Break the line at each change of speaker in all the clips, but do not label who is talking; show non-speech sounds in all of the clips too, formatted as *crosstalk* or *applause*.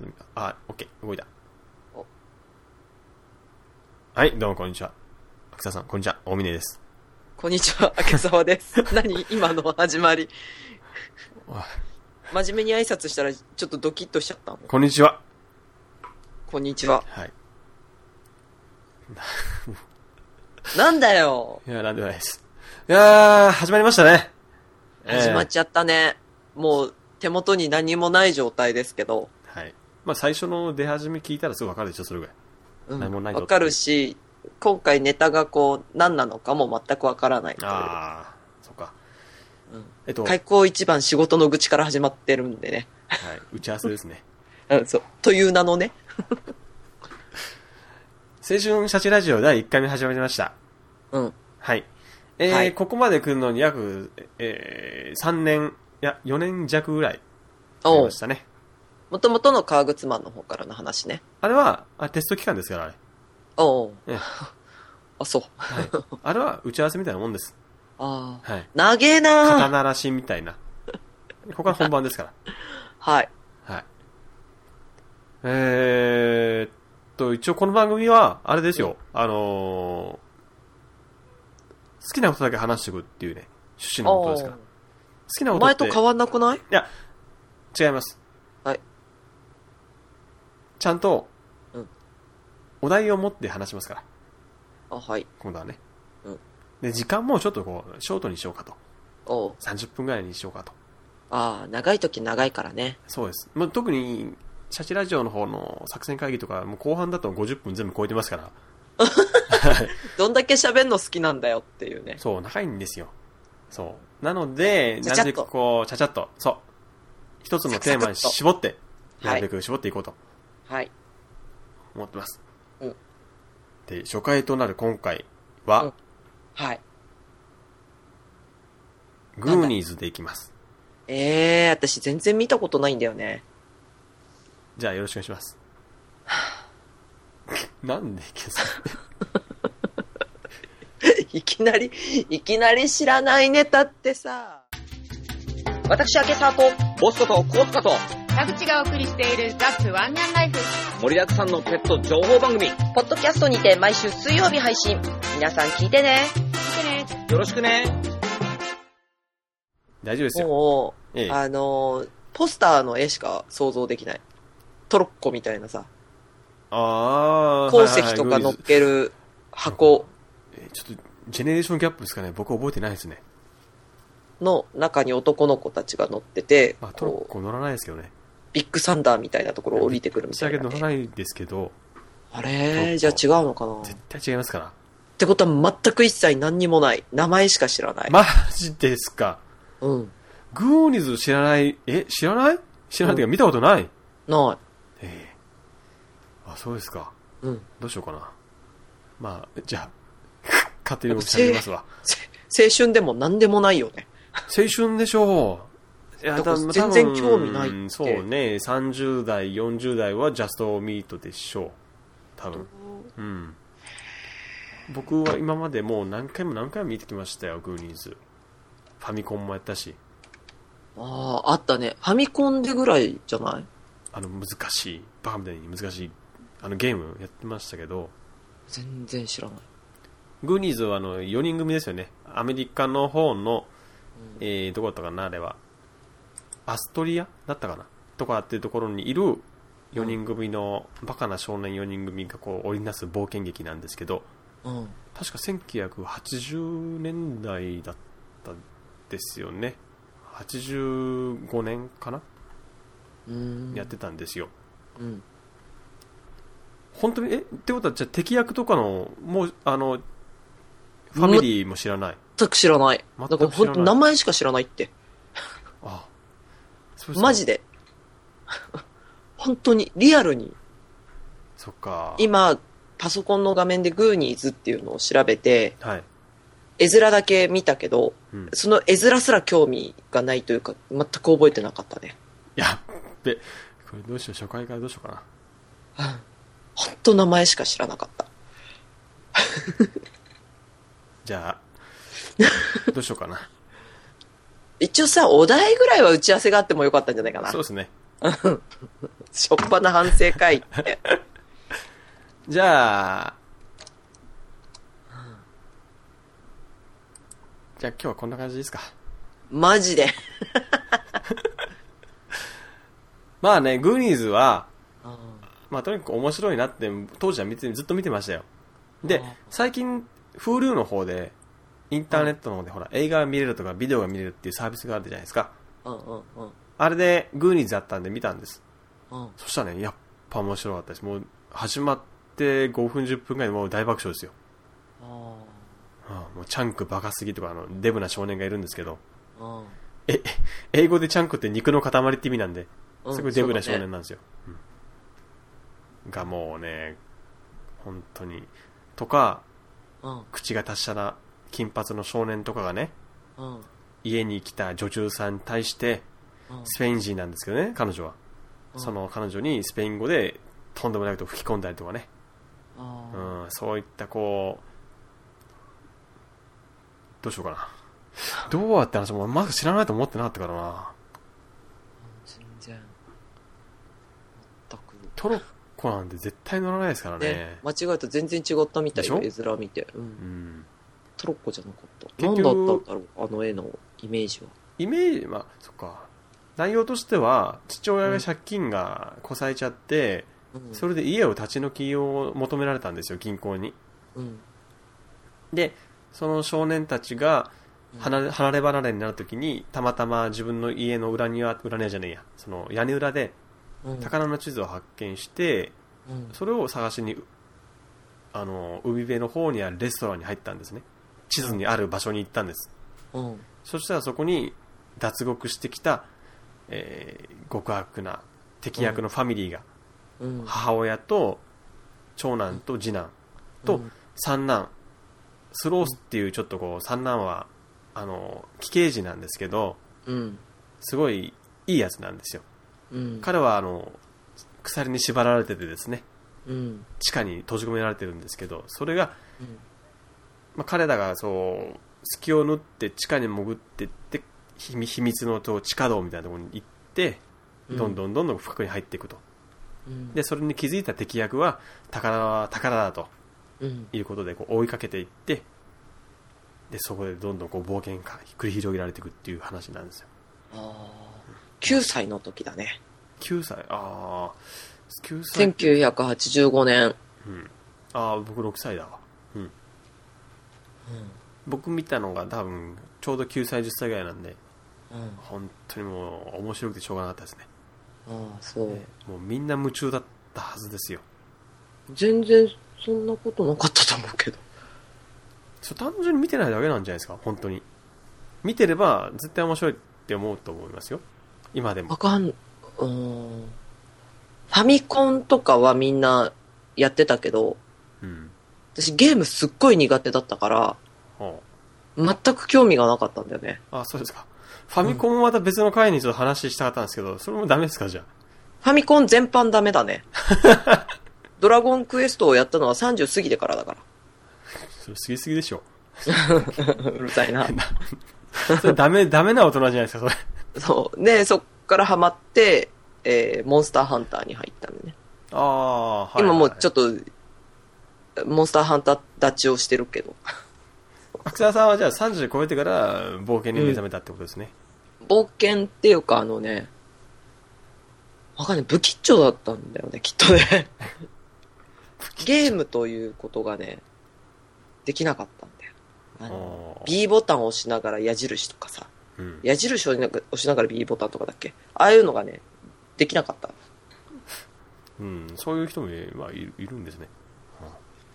のあ、オッケー、動いた
お。
はい、どうもこんにちは。秋田さん、こんにちは。大峰です。
こんにちは、明
*laughs*
沢です。何今の始まり。
あ
真面目に挨拶したら、ちょっとドキッとしちゃったの。
こんにちは。
こんにちは。
はい。
なんだよ
いや、なんでもないです。いやー、始まりましたね。
始まっちゃったね。もう、手元に何もない状態ですけど。
えーはい。まあ、最初の出始め聞いたらすぐわかるでしょ、それぐらい。
うん。
何もない状態
わかるし、今回ネタがこう、何なのかも全くわからないという。
あー、そっか。
うん
えっと、は
開
い。
口一番仕事の愚痴から始まってるんでね。
打ち合わせですね。
うん、そう。という名のね。
青春シャチラジオ第1回目始まりました。
うん。
はい。えー
はい
ここまで来るのに約、えー、3年、いや、4年弱ぐらいあり
おう
ましたね。
もともとの革靴マンの方からの話ね。
あれは、あテスト期間ですから、あれ。
おう
ええ
あ、そう。
あれは打ち合わせみたいなもんです。
ああ。
はい。
長えな
肩慣らしみたいな。ここは本番ですか
はい。
ら。はい。えーっと、一応この番組は、あれですよ。あのー好きなことだけ話していくっていうね、趣旨のことですから。好きな
お
こと
前
って
と変わんなくない
違います。
はい。
ちゃんと、
うん
お題を持って話しますから、
あ、はい。
今度はね。
うん
で、時間もちょっとこう、ショートにしようかと。
おう
30分ぐらいにしようかと。
ああ、長い時長いからね。
そうです。まあ、特に、シャチラジオの方の作戦会議とか、もう後半だと50分全部超えてますから、
どんだけ喋んの好きなんだよっていうね。
そう、長いんですよ。そう。なので、
ち
な
ゃちゃ
る
っと
べくこう、ちゃちゃっと、そう。一つのテーマに絞って、な
サクッとはい
るべく絞っていこうと
はい。
思ってます。
うん
で、初回となる今回は、
うんはい。
グーニーズでいきます。
ええ私全然見たことないんだよね。 *laughs*
じゃあよろしくお願いします。 *laughs* なんで消す
いきなり、いきなり知らないネタってさ。私、明沢と、
ボスこと、コースカと、
田口がお送りしているザ・プワンガンライフ。
盛りだくさんのペット情報番組、よ
ポッドキャストにて毎週水曜日配信。皆さん聞いてね。
ろしくね。
大丈夫ですよ。
もう、
ええ
あのーポスターの絵しか想像できない。トロッコみたいなさ、
あー。
鉱石と
はいはいグー
か乗っ
ニーズ
ける箱
えーちょっと、ジェネレーションギャップですかね。僕覚えてないですね。
の中に男の子たちが乗ってて、
まあ、トロッ
こう
コ乗らないですけどね。
ビッグサンダーみたいなところを降りてくる
ぶ
み
ち
た
上
い
げ
な
乗
ね、
らないですけど、
あ
トロ
れ
ッ
じゃあ
コ
違うのかなっ
絶対違いますから。
てことは全く一切何にもない。名前しか知らない。
マジですか。
うん。
グーニーズ知らない、え、知らない知らないっていうか見たことない。
な
ええあ、そうですか。
い。うん。
どうしようかな。まあ、じゃあ、勝手に僕喋りますわ。
せ青春でも何でもないよね。
青春でしょう。いや
だから
多分
全然興味ないって
多分そうね、30代、40代はジャストミートでしょう。多分。うん。僕は今までもう何回も何回も見てきましたよ、グーニーズ。ファミコンもやったし、
ああ、あったね。ファミコンでぐらいじゃない
あの難しい、バカみたいに難しい、あのゲームやってましたけど、
全然知らない。
グーニーズはあの4人組ですよね。アメリカの方の、えー、どこだったかな、あれは。アストリアだったかなとかっていうところにいる4人組の、バカな少年4人組がこう織りなす冒険劇なんですけど、
うん。
確か1980年代だったですよね。85年かな
うん。
やってたんですよ。
うん。
本当に、えってことは、じゃあ敵役とかの、もう、あの、ファミリーも知らない。
全く知らない。
全
だから
く知
ほ
らない
んと名前しか知らないって。
あそうすか
マジで。 *laughs* 本当に、リアルに。
そっか。
今、パソコンの画面でグーニーズっていうのを調べて、
はい。
絵面だけ見たけど、
うん
その絵面すら興味がないというか、全く覚えてなかったね。
やっべ。これどうしよう、初回からどうしようかな。
本当名前しか知らなかった。
じゃあ、
*laughs*
どうしようかな。
一応さ、お題ぐらいは打ち合わせがあってもよかったんじゃないかな。
そうですね。
しょっぱな反省会って。
じゃあ、じゃあ今日はこんな感じですか。
マジで。
まあね、グーニーズは、まあとにかく面白いなって、当時は見てずっと見てましたよ。で
ああ、
最近、Hulu の方で、インターネットの方で、ほら、映画が見れるとか、ビデオが見れるっていうサービスがあるじゃないですか。
うんうんうん
あれで、グーニーズあったんで見たんです。
うん。
そしたらね、やっぱ面白かったです。もう、始まって5分10分ぐらいでもう大爆笑ですよ。
あ
ああもう、チャンクバカすぎとか、あの、デブな少年がいるんですけど、
ーうん
え、え英語でチャンクって肉の塊って意味なんで、
うん
すごいデブな
そ
少
うだね
年なんですよ。うんがもうね、本当に。とか、
うん
口が達者な金髪の少年とかがね、
うん
家に来た女中さんに対して、
うん
スペイン人なんですけどね、彼女は。
うん
その彼女にスペイン語でとんでもないことを吹き込んだりとかね。う
あ
ん、そういったこう、どうしようかな。どうやって話も、まず知らないと思ってなかったからな。
ー全然。全く。
トロッコなんて絶対乗らないですから
ね
ね、。
間違えた全然違ったみたいよ、絵
で
面見て。う。
うんん。
トロッコじゃなかった。何
結
だった
局
んだろう、あの絵のイメージは。
イメージ、まあ、そっか。内容としては、父親が借金がこさえちゃって、
うん
それで家を立ち退きを求められたんですよ、銀行に。
うん。
で、その少年たちが離れ離れ離れになるときに、たまたま自分の家の裏庭、裏庭じゃねえや、その屋根裏で
うん
宝の地図を発見して、
うん
それを探しに、あの、海辺の方にあるレストランに入ったんですね。地図にある場所に行ったんです。
うん。
そしたらそこに脱獄してきた、えー極悪な敵役のファミリーが、
うん。
母親と長男と次男
う
と
ん
三男、スロースっていうちょっとこう三男は、あの、奇形児なんですけど、
うん。
すごいいいやつなんですよ。
うん。
彼はあの、鎖に縛られててですね、
うん。
地下に閉じ込められてるんですけど、それが、
うん
まあ、彼らがそう隙を縫って地下に潜ってって秘密秘密のと地下道みたいなところに行ってどんどんどんどん深くに入っていくと、
うん。
でそれに気づいた敵役は宝は宝だと
うん。
いうことでこう追いかけていってでそこでどんどんこう冒険が繰り広げられていくっていう話なんですよ
あー9歳の時だね。
9歳ああ9歳、
1985年。
うん、ああ僕6歳だわうん僕見たのが多分ちょうど9歳10歳ぐらいなんで
うん。
本当にもう面白くてしょうがなかったですね
ああ、そう。
もうみんな夢中だったはずですよ。
全然そんなことなかったと思うけど。
それ単純に見てないだけなんじゃないですか、本当に。見てれば絶対面白いって思うと思いますよ。今で
わ
も。
かん、うーん。ファミコンとかはみんなやってたけど、
うん。
私ゲームすっごい苦手だったから、
ほ
全く興味がなかったんだよね。
うあ、そうですか。ファミコンもまた別の回にちょっと話したかったんですけど、それもダメですか、じゃ
ファミコン全般ダメだね。ドラゴンクエストをやったのは30過ぎてからだか
あ。それすぎすぎでしょ。
ら。うるさいな。
それダメ、ダメな大人じゃないですか、それ。
そう。で、そっからハマって、えー、モンスターハンターに入ったんでね。
*laughs* ああ、はい。
今もうちょっ
っ
と、モンスターハンター立ちをしてるけど。
と。草田さんはじゃあ30超えてから冒険に目覚めたってことですね。
冒険っていうかあのね、わかんない、不吉兆だったんだよね、きっとね。ゲームということがね、できなかったんだよ。あの
おー
B ボタンを押しながら矢印とかさ、
うん。
矢印を押しながら押しながら B ボタンとかだっけああいうのがね、できなかった。
うん、そういう人も、まあ、いるいるんですね。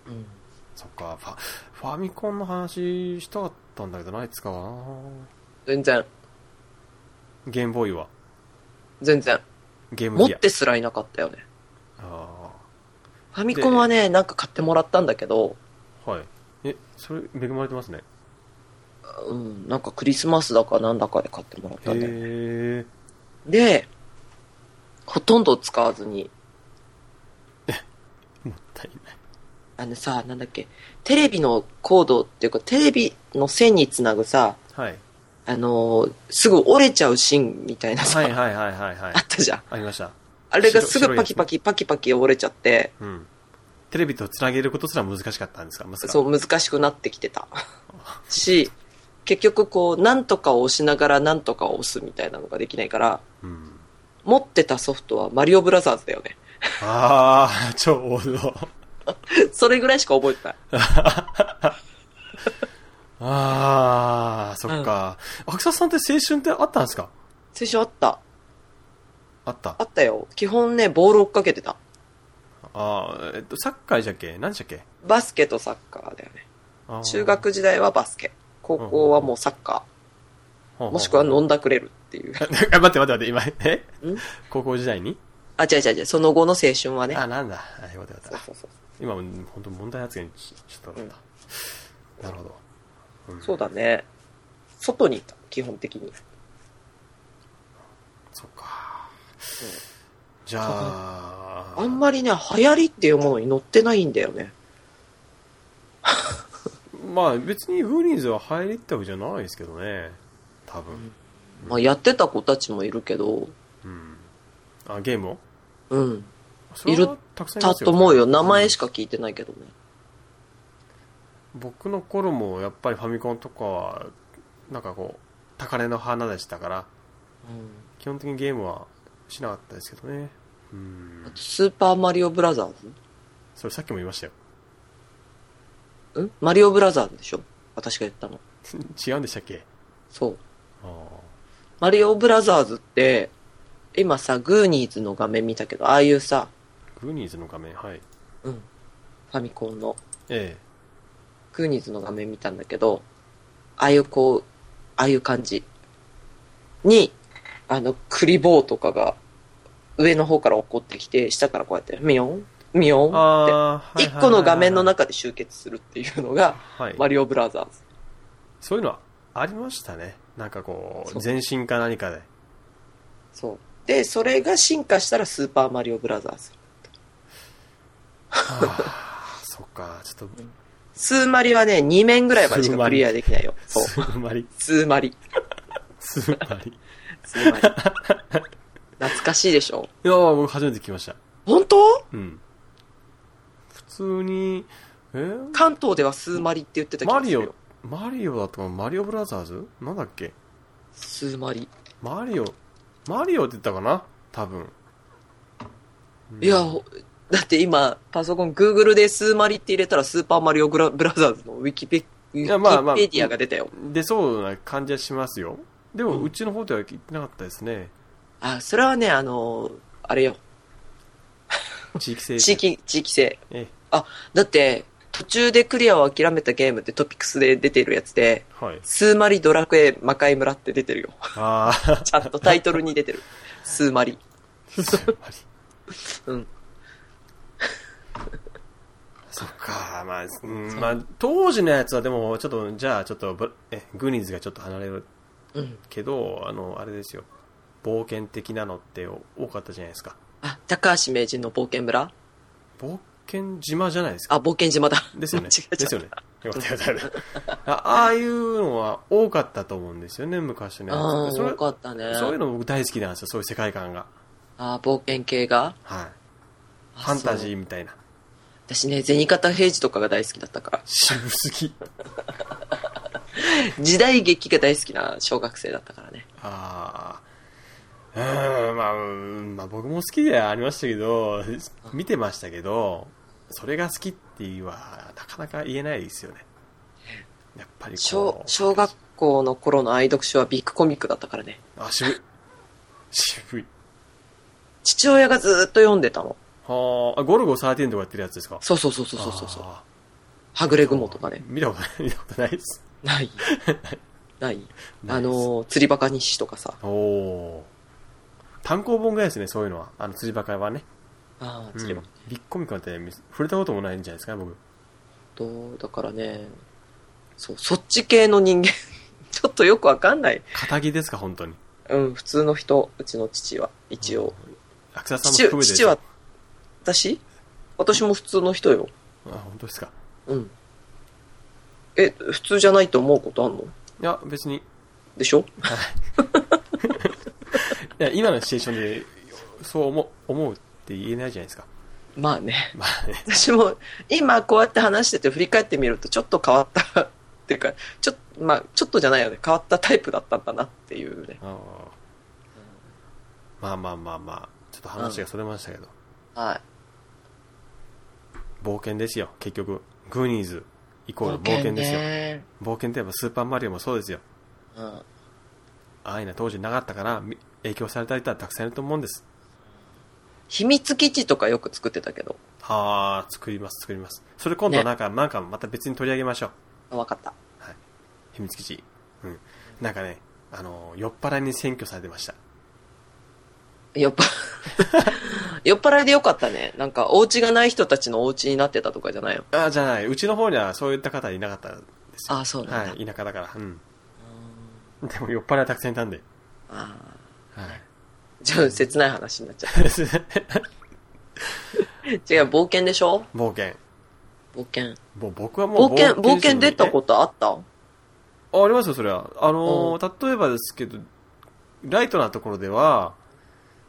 うん。
そっか、ファ、ファミコンの話したかったんだけど、ないつかな
全然、
ゲームボーイは、
全然。
ゲーム
持
ギ
っ
ア。
てすらいなかったよね。
あ
ファミコンはね、なんか買ってもらったんだけど、
あ、はい。え、それ、恵まれてますね。
うん、なんかクリスマスだかなんだかで買ってもらったんだよね
へえ。
で、ほとんど使わずに、
もったいない。
あのさ、なんだっけ、テレビのコードっていうか、テレビの線につなぐさ、
はい。
あの、すぐ折れちゃう芯みたいなさ、
はいはいはいはいはい
あ。ったじゃん。
ありました。
あれがすぐパキパキ、パキパキ折れちゃって、
うん。テレビとつなげることすら難しかったんですか難しかった
そう、難しくなってきてた。し、結局こう、なんとかを押しながらなんとかを押すみたいなのができないから、
うん。
持ってたソフトはマリオブラザーズだよね。 *laughs*
ああ、超王道。
それぐらいしか覚えてない。
ああ、そっか。アクサさんって青春ってあったんですか
最初あった。
あった。
あったよ。基本ね、ボール追っかけてた。
あーえっと、サッカーでしたっけ何でしたっけ
バスケとサッカーだよね。
あー
中学時代はバスケ。高校はもうサッカー。もしくは飲んだくれるっていう。 *laughs*
あ *laughs* 待って待って待って、今、え
ん
高校時代に、
あ、違う違う違う。その後の青春はね。
あ、なんだ。あよかったよかっ
そ
た。
うそうそう。
今、本当問題発言しちょっとだった。なるほど。ん
そうだね。外にいた、基本的に。
そっか。じゃあ、
あんまりね、流行りっていうものに乗ってないんだよね。
まあ別にグーリーンズは入りってわけじゃないですけどね。多分。
まあ、やってた子たちもいるけど、
うん。あ、ゲームを
うん。
それはい
る
たくさんい
た
ます
と思うよ。名
うん
前しか聞いてないけどね。
僕の頃もやっぱりファミコンとかはなんかこう高嶺の花でしたから基本的にゲームはしなかったですけどねうん
あとスーパーマリオブラザー
それさっきも言いましたよ *laughs*
ズんマリオブラザーズでしょ私が言ったの。
違うんでしたっけ
そう。
あ
マリオブラザーズって、今さ、グーニーズの画面見たけど、ああいうさ、
ーグーニーズの画面はい
うん。ファミコンの、
え
グーニーズの画面見たんだけど、ああいうこう、ああいう感じに、あの、栗棒とかが、上の方から落っこってきて、下からこうやって、ミヨン、ミヨ
え
ンっ
ああ
て、一個の画面の中で集結するっていうのが、
はい
マリオブラザーズ。
そういうのはありましたねなんかこ
そう
う全身か何かで
そう。で、それが進化したらスーパーマリオブラザーズ。
ああそっかちょっ
スーマリはね、2面ぐらいまでしかクリアできないよ。
と
そう。
スーマリ
スーマリ。
スーマリい
スーマリ。
*laughs*
懐かしいでしょ
やー僕初めて聞きました
本当
うん普通にえー
関東ではスーマリって言ってた気
マ
がする
リ
よ。
オ、マリオだとか、マリオブラザーズなんだっけ
スーマリ。
マリオ、マリオって言ったかな多分。うん
いや、ほだって今、パソコン、Google でスーマリって入れたら、スーパーマリオブラブラザーズのウィキペウィ
やまあまあ
キペディアが出たよ。
出そうな感じはしますよ。でも、うちの方では言ってなかったですね。
あ、それはね、あのー、あれよ、
地域性。
地。域、地域性。
え
あ、だって、途中でクリアを諦めたゲームってトピックスで出てるやつで、
えはい。
スーマリドラクエ魔界村って出てるよ。 *laughs*
ああ、
ちゃんとタイトルに出てる。スーマリ。
やっぱり。
うん。
*laughs* そっか、まあ、うん、まあ、当時のやつはでも、ちょっと、じゃあ、ちょっとブラ、え、グーニーズがちょっと離れる
うん。
けど、あの、あれですよ。冒険的なのって多かったじゃないですか。
あ、高橋名人の冒険村
冒険島じゃないですか。
あ、冒険島だ。。
ですよね
*laughs* 違う違う
ですよね。よかったよかった。あああいうのは多かったと思うんですよね、昔の
あ
や
あ、
つって。それ
よかったね。
そういうの僕大好きなんですよ、そういう世界観が。
あー冒険系が
はい。
あ
ファンタジ
そう
ーみたいな。
私ね、銭形平次とかが大好きだったから。
渋すぎ。
時代劇が大好きな小学生だったからね。
ああ。うーん、まあ、うんまあ僕も好きではありましたけど、見てましたけど、それが好きっていうは、なかなか言えないですよね。やっぱり
小
こ、う。
小学校の頃の愛読書はビッグコミックだったからね。
あ、渋い。渋い。
父親がずーっと読んでたの。
はあ、ゴルゴ13とかやってるやつですか
そうそうそうそうそうそう。
あー
はぐれ雲とかね。
見たことない、見たことないです。
ない。 *laughs*
な
ない。
いです
あのー、釣りバカ日誌とかさ。
おおー。単行本ぐらいですね、そういうのは。あの、辻バカはね。
ああ、
うん
釣りバカ。
ビッコミコなんて触れたこともないんじゃないですかね、僕。
と、だからね、そう、そっち系の人間。 *laughs* ちょっとよくわかんない。
仇ですか、本当に。
うん、普通の人、うちの父は、一応。
アクサさんも
父
含めてです
父
よ
は、私私も普通の人よ。
あ、本当ですか。
うん。え、普通じゃないと思うことあんの
いや、別に、
でしょ
いや、今のシチュエーションで、そう思う、思うって言えないじゃないですか。
まあね。
まあね。
私も今こうやって話してて振り返ってみるとちょっと変わったっていうか、ちょっと、まあちょっとじゃないよね。変わったタイプだったんだなっていうね。
あーまあまあまあまあ、ちょっと話がそれましたけど、
はい。
冒険ですよ、結局。グーニーズイコール冒険ですよ。
ね
冒険といえばスーパーマリオもそうですよ。
うん。
ああいうの当時なかったから、み影響された人はたくさんいると思うんです。
秘密基地とかよく作ってたけど。
はあ、作ります、作ります。それ今度なんか、なんかまた別に取り上げましょう。
あわかった。
はい。秘密基地。うん。なんかね、あの、酔っ払いに占拠されてました。
酔っ払、 *laughs* 酔っ払いでよかったね。なんか、お家がない人たちのお家になってたとかじゃないの
ああ、じゃない。うちの方にはそういった方いなかったですよ。
あそうなんだ
はい。田舎だから。うん。でも酔っ払いはたくさんいたんで。
ああ。
はい。
ちょっと切ない話になっちゃった。違う、冒険でしょ
*laughs* 冒険。
冒険。
もう僕はもう
冒険、冒険出たこととあった
あありますよ、それは。あのー例えばですけど、ライトなところでは、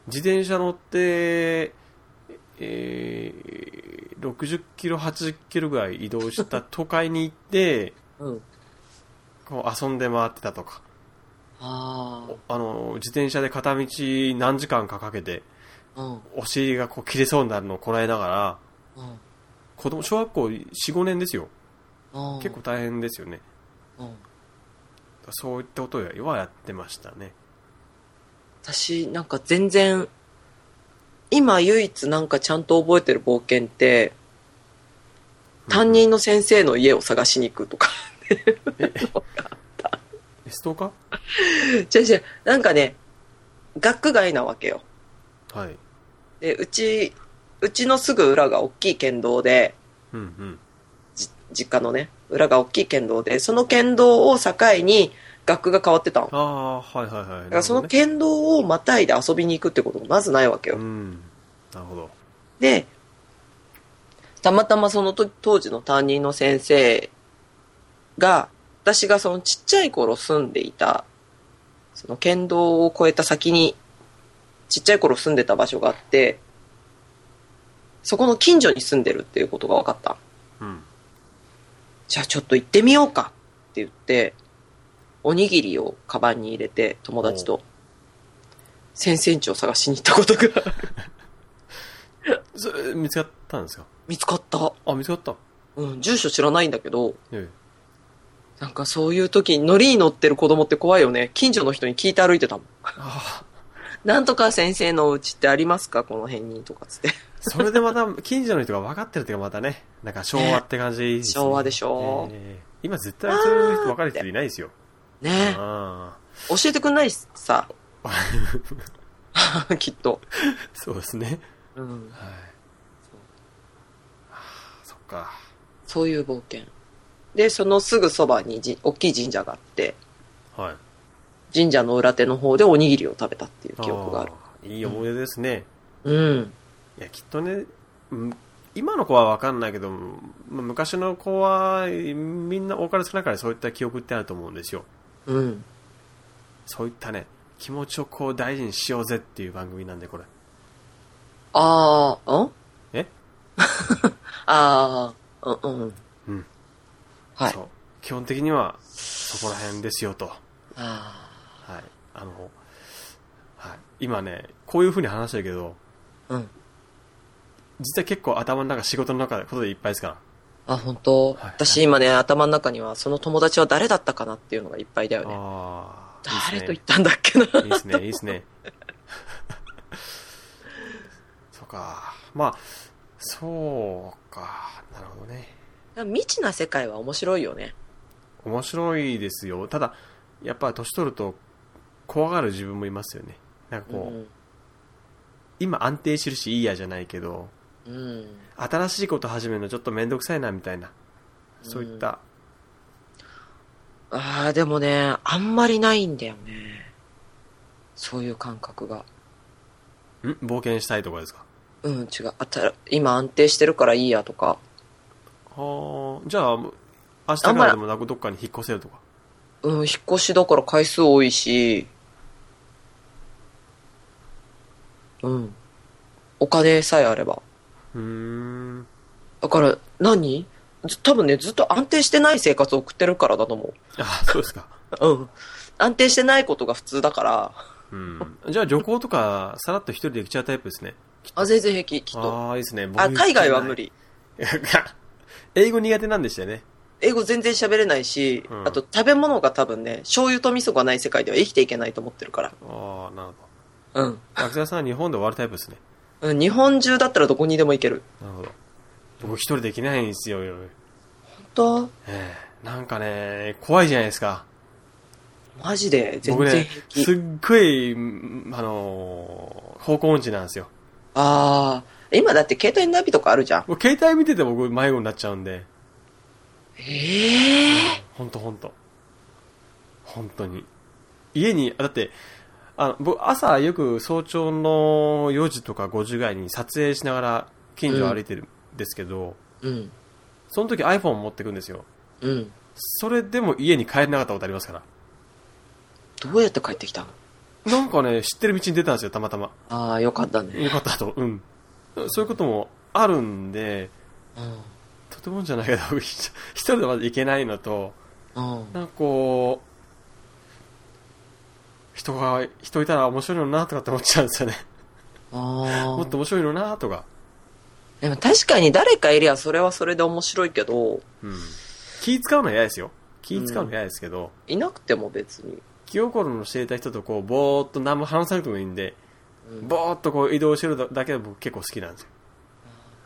自転車乗って、えー、60キロ、80キロぐらい移動
*laughs*
した都会に行って、
うん。
こう遊んで回ってたとか、
あ
あのー自転車で片道何時間かかけて、
あ。うん。
お尻がこう切れそうになるのをこらえながら、
うん。
子供、小学校4、5年ですよ。
うん
結構、大変ですよね。
うん、
そういったことはやってましたね。
私、なんか全然、今唯一なんかちゃんと覚えてる冒険って、担任の先生の家を探しに行くとか。 *laughs*
えストーカ
違う違う、なんかね、学外なわけよ。
ーはい。
で、うち、うちのすぐ裏が大きい県道で、
うんうん。
じ実家のね、裏が大きい県道で、その県道を境に学区が変わってたの。だか
ああー、はいはいはい。なるほど
らその
ね
県道をまたいで遊びに行くってことがまずないわけよ。
うん。なるほど。
で、たまたまそのと当時の担任の先生が、私がそのちっちゃい頃住んでいた、その県道を越えた先に、ちっちゃい頃住んでた場所があって、そこの近所に住んでるっていうことが分かった。
うん。
じゃあちょっと行ってみようかって言って、おにぎりをカバンに入れて友達と、先生んちを探しに行ったことが *laughs*
それ、見つかったんですか
見つかった。
あ、見つかった。
うん、住所知らないんだけど、
え *laughs* え。
なんかそういう時に乗りに乗ってる子供って怖いよね。近所の人に聞いて歩いてたもん。
ああ。
なんとか先生のお家ってありますかこの辺にとかつって。
それでまた、近所の人が分かってるっていうかまたね、なんか昭和って感じいいですね *laughs*
昭和でしょ
ええ今絶対そういう人分かる人いないですよ。
ね
あ
教えてくんないしさ。 *laughs* きっと。
あ。 *laughs* そうですね。
うん。
はい。ああそっか。
そういう冒険。で、そのすぐそばにじ大きい神社があって、
はい。
神社の裏手の方でおにぎりを食べたっていう記憶がある。
あーいい思い出ですね。
うん。
いや、きっとね、うん今の子は分かんないけど、ま昔の子は、みんな多かれ少なかれそういった記憶ってあると思うんですよ。
うん。
そういったね、気持ちをこう大事にしようぜっていう番組なんで、これ。
あー、ん
え
あー、うんうん。
うん。
はい
そ。う。基本的には、そこら辺ですよと。は
あ
い。あの、はい。今ね、こういう風に話してるけど、
ーうん。
実は結構頭の中、仕事の中でことでいっぱいですから。
あ、本当、
はい
私今ね、頭の中には、その友達は誰だったかなっていうのがいっぱいだよね。
ああ。
誰と
い
言ったんだっけな。
いですね、いいですね。いいですねそうか。まあ、そうか。なるほどね。
未知な世界は面白いよね。
面白いですよ。ただ、やっぱ年取ると怖がる自分もいますよね。なんか
う
こう、
ん。
今安定してるしいいやじゃないけど、
うん。
新しいこと始めるのちょっとめんどくさいなみたいな。そういった、
ああ、でもね、あんまりないんだよね。そういう感覚が。
ん冒険したいとかですか
うん、違う。あた今安定してるからいいやとか。
はあ、じゃあ、明日からでもなくどっかに引っ越せるとか。
うん、引っ越しだから回数多いし、うん。お金さえあれば。
うーん。
だから何、多分ね、ずっと安定してない生活を送ってるからだと思
あ、そうですか。
う。うん。安定してないことが普通だから、
うん。じゃあ旅行とか、さらっと一人で来ちゃうタイプですね。
あ、全然平気、きっと。
ああ、いいですね。僕
あ、海外は無。
行
理。
きたい *laughs* 英語苦手なんでしたよね。
英語全然喋れないし、
うん
あと食べ物が多分ね、醤油と味噌がない世界では生きていけないと思ってるから。
ああ、なるほど。
うん。
学生さんは日本で終わるタイプですね。
うん、日本中だったらどこにでも行ける。
なるほど。僕一人できないんですよ。
本
ええなんかね、怖いじゃないですか。
当マジで全
僕
然
ね
平、気。
すっごい、うんあのー方向音痴なんですよ。
ああ、今だって携帯ナビとかあるじゃん。
もう携帯見てて僕迷子になっちゃうんで。
ええ
ほんとほんと。本当に。家に、あだって、あの、僕朝よく早朝の4時とか5時ぐらいに撮影しながら近所を歩いてるんですけど、
うん、
その時 iPhone 持ってくんですよ。
うん。
それでも家に帰れなかったことありますから。
どうやって帰ってきたの
なんかね、知ってる道に出たんですよ、たまたま。
ああ、よかったね。
よかったと。うん。そういうこともあるんで、
うん。
とてもじゃないけど、 *laughs* 僕一人でまず行けないのと、
うん。
なんかこう、人が、人いたら面白いのになとかって思っちゃうんですよね。
あ
もっと面白いのになとか。
あ。でも確かに誰かいりゃそれはそれで面白いけど、
うん。気使うのは嫌ですよ。気使うのは嫌ですけど、
いなくても別に。
気心の知れた人とこう、ぼーっと何も話さなくてもいいんで、
うん、
ぼーっとこう移動してるだけで僕結構好きなんですよ。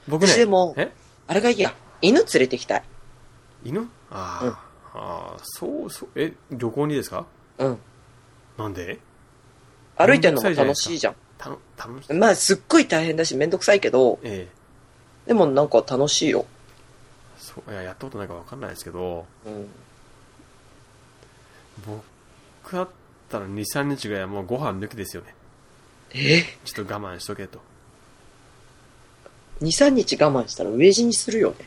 僕ね、
私でも
え
あれがいいや。犬連れてきたい。
犬あー、
うん
あー、そうそう、え、旅行にですか
うん。
なんで
歩いてんのが楽しいじゃん。
たの、楽し
まあ、すっごい大変だし、めんどくさいけど、
ええ
でもなんか楽しいよ。
そう、いや、やったことないからわかんないですけど、
うん。
僕だったら2、3日ぐらいはもうご飯抜きですよね。
え
ちょっと我慢しとけと。
?2、3日我慢したら飢え死にするよね。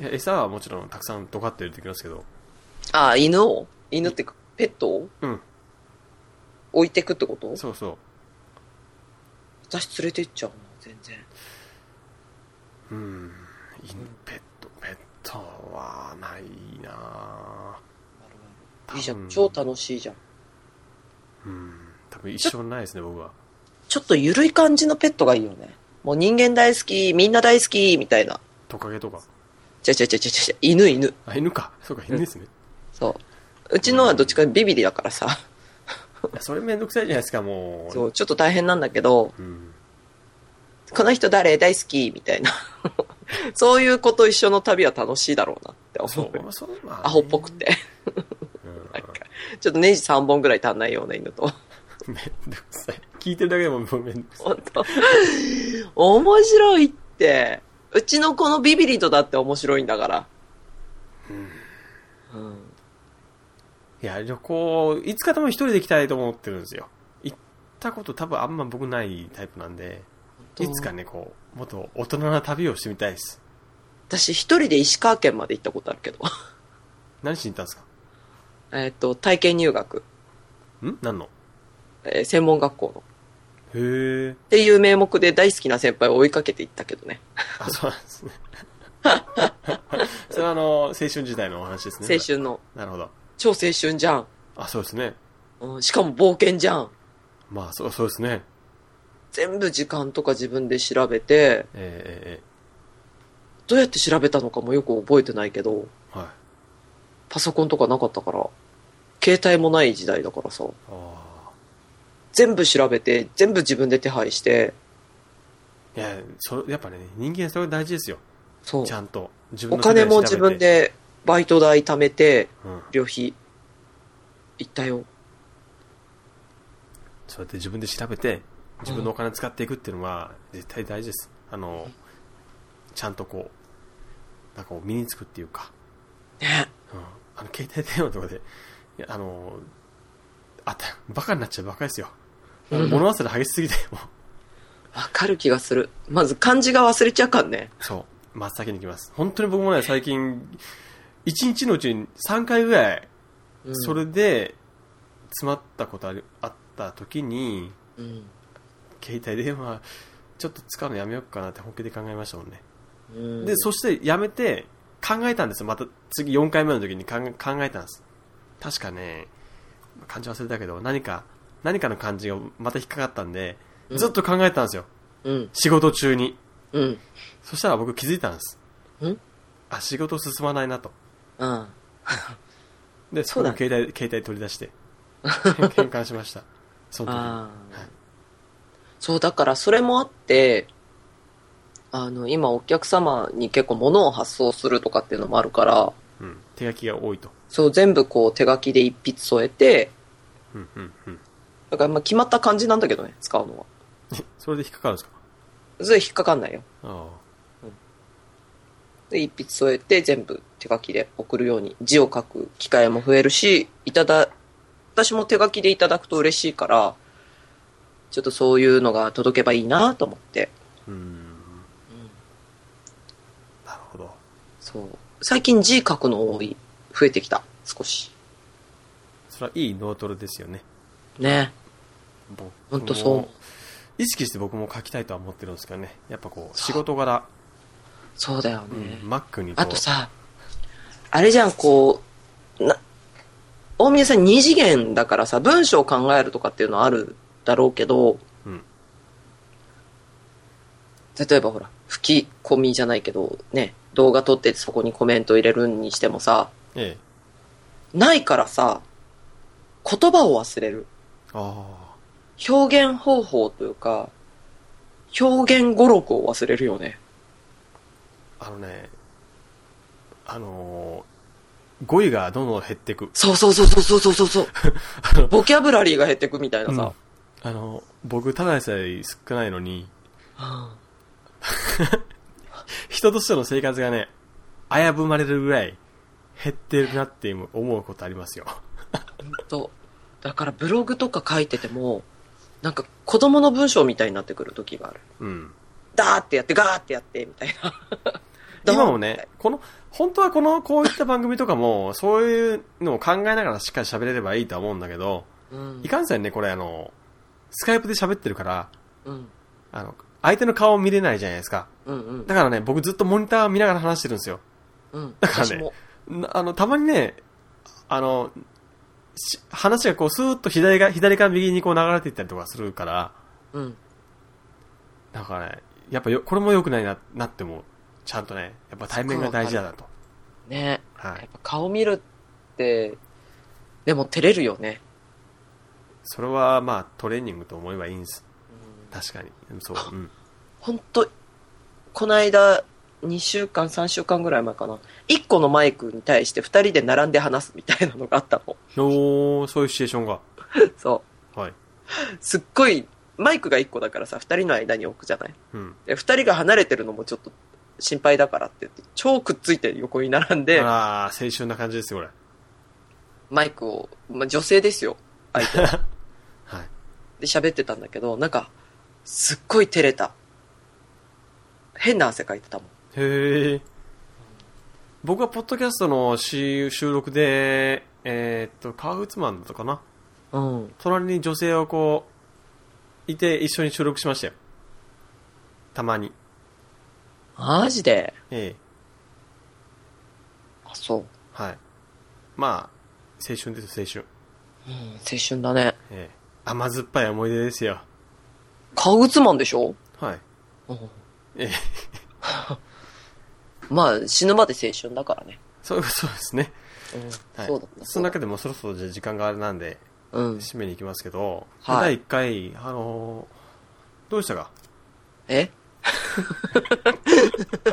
いや、餌はもちろんたくさんドカって入れてきますけど、
ああ、犬を犬ってか、ペットを
うん、
置いてくってこと
そうそ
私連れてっちゃうな、全然。
う。うん、犬、ペット、ペットはないなぁ
いいじゃん、
多
超
分
楽しいじゃん。
うん、多分一生ないですね、僕は。
ちょっとゆるい感じのペットがいいよね。もう人間大好き、みんな大好き、みたいな。
トカゲとか。
ちゃちゃちゃちゃちゃ、犬犬。
あ、犬か。そうか、犬ですね。
そう。うちのはどっちかビビリだからさ。
いやそれめんどくさいじゃないですか、もう。
そう、ちょっと大変なんだけど、
うん。
この人誰大好きみたいな。 *laughs* そういう子と一緒の旅は楽しいだろうなって
そ
思う。
う、そう、まあね
アホっぽくて。 *laughs*
うん
なんか、ちょっとネジ3本ぐらい足んないような犬と。
めんどくさい。聞いてるだけでももうめんどくさい。
本当面白いって。うちのこのビビリとだって面白いんだから。うん。
いや、旅行、いつかとも一人で行きたいと思ってるんですよ。行ったこと多分あんま僕ないタイプなんで、
当
いつかね、こう、もっと大人な旅をしてみたいです。
私一人で石川県まで行ったことあるけど。 *laughs*
何しに行ったんですか
えっと、体験入学、
ん何の
えー専門学校の。
へえ。
っていう名目で大好きな先輩を追いかけて行ったけどね。
あ、そうなんですね。それはあの、青春時代のお話ですね。
青。春の。
なるほど。
超青春じゃん。
あ、そうですね。
うん、しかも冒険じゃん。
まあ、そう、そうですね。
全部時間とか自分で調べて、
えー
どうやって調べたのかもよく覚えてないけど、
えーえーはい。
パソコンとかなかったから、携帯もない時代だからさ。
あ
全部調べて、全部自分で手配して、
あ。いや、そやっぱね、人間それ大事ですよ。
そう
ち。ゃんと。自
お
の世界
金
を
も
調べ
自
て
分。でバイト代貯めて、
うん。
旅費、行ったよ。
そうやって自分で調べて、自分のお金使っていくっていうのは、絶対大事です。あの、ちゃんとこう、なんかこう身につくっていうか、
ね。
うん。あの、携帯電話とかで、いや、あの、あた、バカになっちゃうバカですよ。
うん
物忘れ激しすぎて、もう
わかる気がする。まず漢字が忘れちゃうかんね。
そう。真っ先に行きます。本当に僕もね、最近、1日のうちに3回ぐらい、
うん
それで、詰まったことありあった時に、
うん。
携帯電話、ちょっと使うのやめようかなって本気で考えましたもんね。
うん
で、そしてやめて、考えたんですよ。また次4回目の時に考え考えたんです。確かね、漢字忘れたけど、何か、何かの漢字がまた引っかかったんで、
うん
ずっと考えたんですよ。
うん。
仕事中に。
うん。
そしたら僕気づいたんです。
ん
あ、仕事進まないなと。
うん。
で、
そうだ
僕携帯、携帯取り出
*laughs*
して、変換しました。その時に。
あー
はい
そう、だからそれもあって、あの、今お客様に結構物を発送するとかっていうのもあるから、
うん。手書きが多いと。
そう、全部こう手書きで一筆添えて、
うん、うん、うん。
だからまあ決まった感じなんだけどね、使うのは。
それで引っかかるんですか
それ引っかかんないよ。
あ
で、一筆添えて全部手書きで送るように、字を書く機会も増えるし、いただ、私も手書きでいただくと嬉しいから、ちょっとそういうのが届けばいいなと思って。
あ。うーん。なるほど。
そう。最近字書くの多い、増えてきた、少し。
それはいい脳トレですよね。
ね。
僕も
ほんとそう思う
意識して僕も書きたいとは思ってるんですけどね。やっぱこう、仕事柄、
そうだよね。
うん、マックにこう
あとさ、あれじゃん、こう、な、大宮さん二次元だからさ、文章を考えるとかっていうのはあるだろうけど、
うん
例えばほら、吹き込みじゃないけど、ね、動画撮ってそこにコメント入れるにしてもさ、
ええ。
ないからさ、言葉を忘れる。
あ
表現方法というか、表現語録を忘れるよね。
あ。あのね、あのー語彙がどんどん減っていく。
そうそうそうそうそうそうそう。 *laughs* ボキャブラリーが減ってくみたいな
うん
さ。
あの、僕、ただでさえ少ないのに、
はあ
人としての生活がね、危ぶまれるぐらい減ってるなって今思うことありますよ。 *laughs*
そう。だからブログとか書いてても、なんか子供の文章みたいになってくる時がある。
うん。。
ダーってやって、ガーってやって、みたいな *laughs*
今もね、この、本当はこの、こういった番組とかも、そういうのを考えながらしっかり喋れればいいとは思うんだけど、
ドーンっ
い
て、
かんせんね、これあの、スカイプで喋ってるから、
うん。うん。
あの、相手の顔を見れないじゃないですか。
うんうん
だからね、僕ずっとモニター見ながら話してるんですよ。
うん。
だからね
私も。
なあの、たまにね、あの、し話がこう、スーッと左が、左から右にこう流れていったりとかするから、
うん。
だからね、やっぱよ、これも良くないな、なっても、ちゃんとね、やっぱ対面が大事だなと。
ね
は
や
い
っ。ぱ顔見るって、でも照れるよね。
それは、まあ、トレーニングと思えばいいんです。確かに。そう、うん。
ほんと、この間、2週間、3週間ぐらい前かな。1個のマイクに対して2人で並んで話すみたいなのがあったの。 *laughs*
おー、そういうシチュエーションが。
そ
はい。
う。すっごい、マイクが1個だからさ、2人の間に置くじゃない
うん。
で、2人が離れてるのもちょっと心配だからって言って、超くっついて横に並んで、
あー、青春な感じですよ、これ。
マイクを、まあ、女性ですよ。相手 *laughs*
はい。
で喋ってたんだけど、なんか、すっごい照れた。変な汗かいてたもん。
へえ。僕はポッドキャストのし収録で、えーっと、川口マンだったかな。
うん。
隣に女性をこう、いて一緒に収録しましたよ。たまに。
マジで。
ええ
あ、そう。
はい。まあ、青春ですよ、青春。
うん、青春だね。
ええ甘酸っぱい思い出ですよ。
カウツマンでしょ
はい。
うん。
ええ
まあ、死ぬまで青春だからね。
そう、そうですね。
うん。
はい。
そうだった。
その中でもそろそろじゃあ時間があれなんで、
うん。
締めに行きますけど、
はい
第1回、あのーどうでしたか
え *laughs*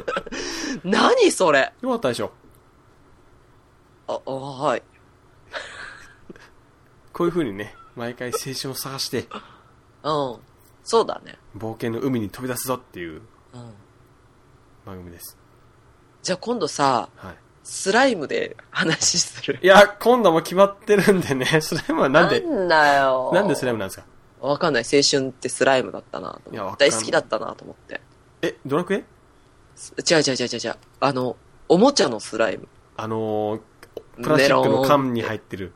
何それ
よかったでしょ
あ、あはい。
こういう風にね、毎回青春を探して、
うん。そうだね。
冒険の海に飛び出すぞっていう
うん。
番組です。
じゃあ今度さ、
はい。
スライムで話する
い。や、今度も決まってるんでね、 *laughs* スライムはなんで、
なんだよ。
なんでスライムなんですか
ムわかんない。青春ってスライムだったなと
いや
思
わかん
って。
ない
大好きだったなと思って。
え、ドラクエ
す違う違う違う違う違う。あの、おもちゃのスライム。
あのー、プラスチックの缶に入ってる。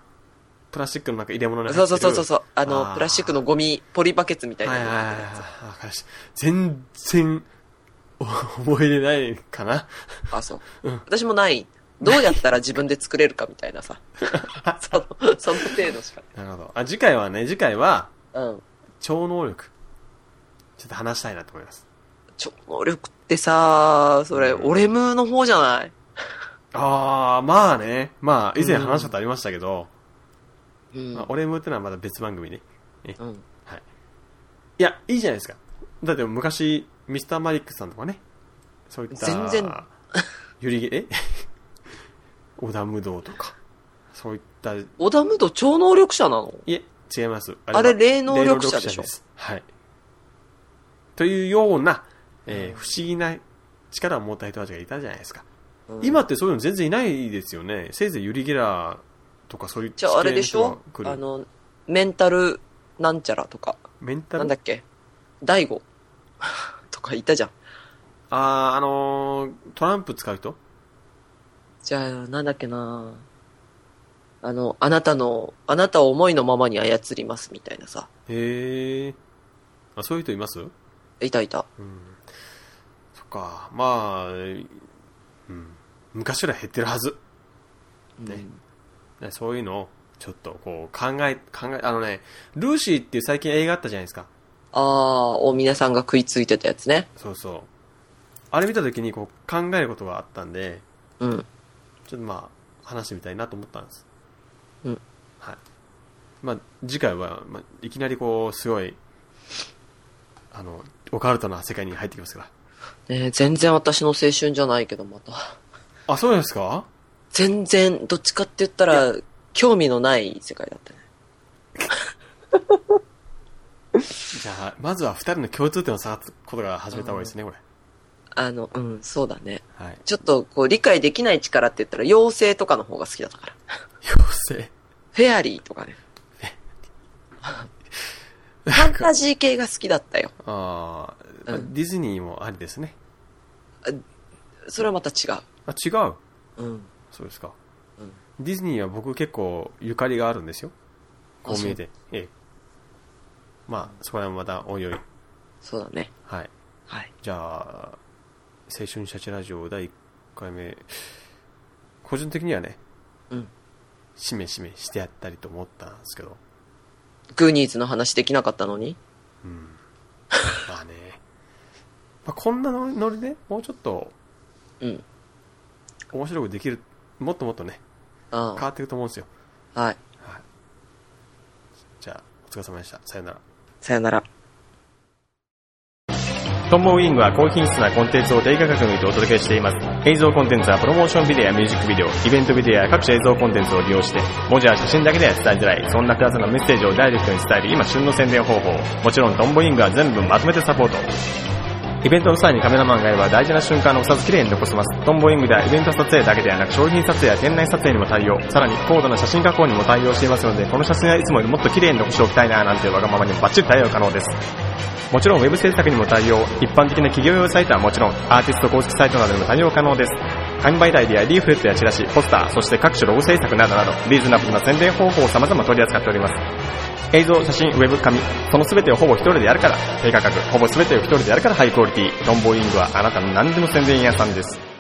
プラスチックのなんか入れ物に入って
そう
る
そうそうそう。あ
あ
の、
ー
プラスチックのゴミ、ポリバケツみたいな
はい
の
はい
が
はい
入ってるやつ。
はい。わかりました。全然、お覚えれないかな。
あ、そう。私もない。どうやったら自分で作れるかみたいな *laughs* さ。その、その程度しか。
なるほど。あ、次回はね、次回は、
うん。
超能力。ちょっと話したいなと思います。
超能力ってさ、それ、オレムの方じゃない
あー、まあね。まあ、以前話したことありましたけど、
うん。
まあ、オレムってのはまた別番組ね。
うん。
いや、いいじゃないですか。だって昔、ミスターマリックさんとかね、そういった、
全然、
ゆりげ、え *laughs* 織田無道とか、そういった、い
オダムド超能力者なの
え、違います。あ
あれ霊能力者でしょ
霊能すはい。というような、えー不思議な力を持った人たちがいたじゃないですか。
うん
今ってそういうの全然いないですよね。せいぜいユリゲラーとかそういう
じゃああれでしょ
地形の人が来る
あの、メンタルなんちゃらとか、
メンタ
な
ル
んだっけ大悟 *laughs* とかいたじゃん。
あー、あのートランプ使う人
じゃあ、なんだっけなあの、あなたの、あなたを思いのままに操りますみたいなさ。
へえ。あ、そういう人いますう
いたいた。
ん。そっか。まあ、うん。昔よりは減ってるはず。ね
うん
ねそういうのを、ちょっとこう、考え、考え、あのね、ルーシーっていう最近映画あったじゃないですか。
ああ、お皆さんが食いついてたやつね。
そうそう。あれ見た時にこう、考えることがあったんで、
うん。
ちょっとまあ、話してみたいなと思ったんです。
うん。
はい。まあ、次回は、まあ、いきなりこう、すごい、あの、オカルトな世界に入ってきますから。
ねえ全然私の青春じゃないけど、また。
あ、そうですか
全然、どっちかって言ったら、興味のない世界だったね。
じゃあ、まずは二人の共通点を探すことが始めた方がいいですね、これ。
あの、うん、そうだね。
はい。
ちょっと、こう、理解できない力って言ったら、妖精とかの方が好きだったから。
妖精。
フェアリーとかね。ファンタジー系が好きだったよ。
あーまあ、
うん
ディズニーもありですね。
それはまた違
あ、違う。
う。うん。
そうですか。
うん
ディズニーは僕結構ゆかりがあるんですよ。こう見えて。ええ。まあ、そこら辺はまたおいおい。
そうだね。
はい。
はい。
じゃあ、青春シャチラジオ第1回目、個人的にはね、
うん。
しめしめしてやったりと思ったんですけど、
グーニーズの話できなかったのに
うん。まあね、まあ、こんなノリでもうちょっと
うん。
面白くできる、もっともっとね、変わ
あ
っていくと思うんですよ。
あ。はい。
はい。じゃあ、お疲れ様でした。さよなら。
さよなら。
トンボウイングは高品質なコンテンツを低価格にてお届けしています。映像コンテンツはプロモーションビデオやミュージックビデオ、イベントビデオや各種映像コンテンツを利用して、文字や写真だけでは伝えづらい、そんなクラスのメッセージをダイレクトに伝える今旬の宣伝方法。もちろんトンボウイングは全部まとめてサポート。イベントの際にカメラマンがいれば大事な瞬間のお札きれいに残せます。トンボウイングではイベント撮影だけではなく商品撮影や店内撮影にも対応。さらに高度な写真加工にも対応していますので、この写真はいつもよりもっときれいに残しておきたいななんていうわがままにもバッチリ対応可能です。もちろんウェブ制作にも対応、一般的な企業用サイトはもちろん、アーティスト公式サイトなどにも対応可能です。販売代理やリーフレットやチラシ、ポスター、そして各種ロゴ制作などなど、リーズナブルな宣伝方法を様々取り扱っております。映像、写真、ウェブ、紙、その全てをほぼ一人でやるから、低価格、ほぼ全てを一人でやるからハイクオリティ、ロンボーイングはあなたの何でも宣伝屋さんです。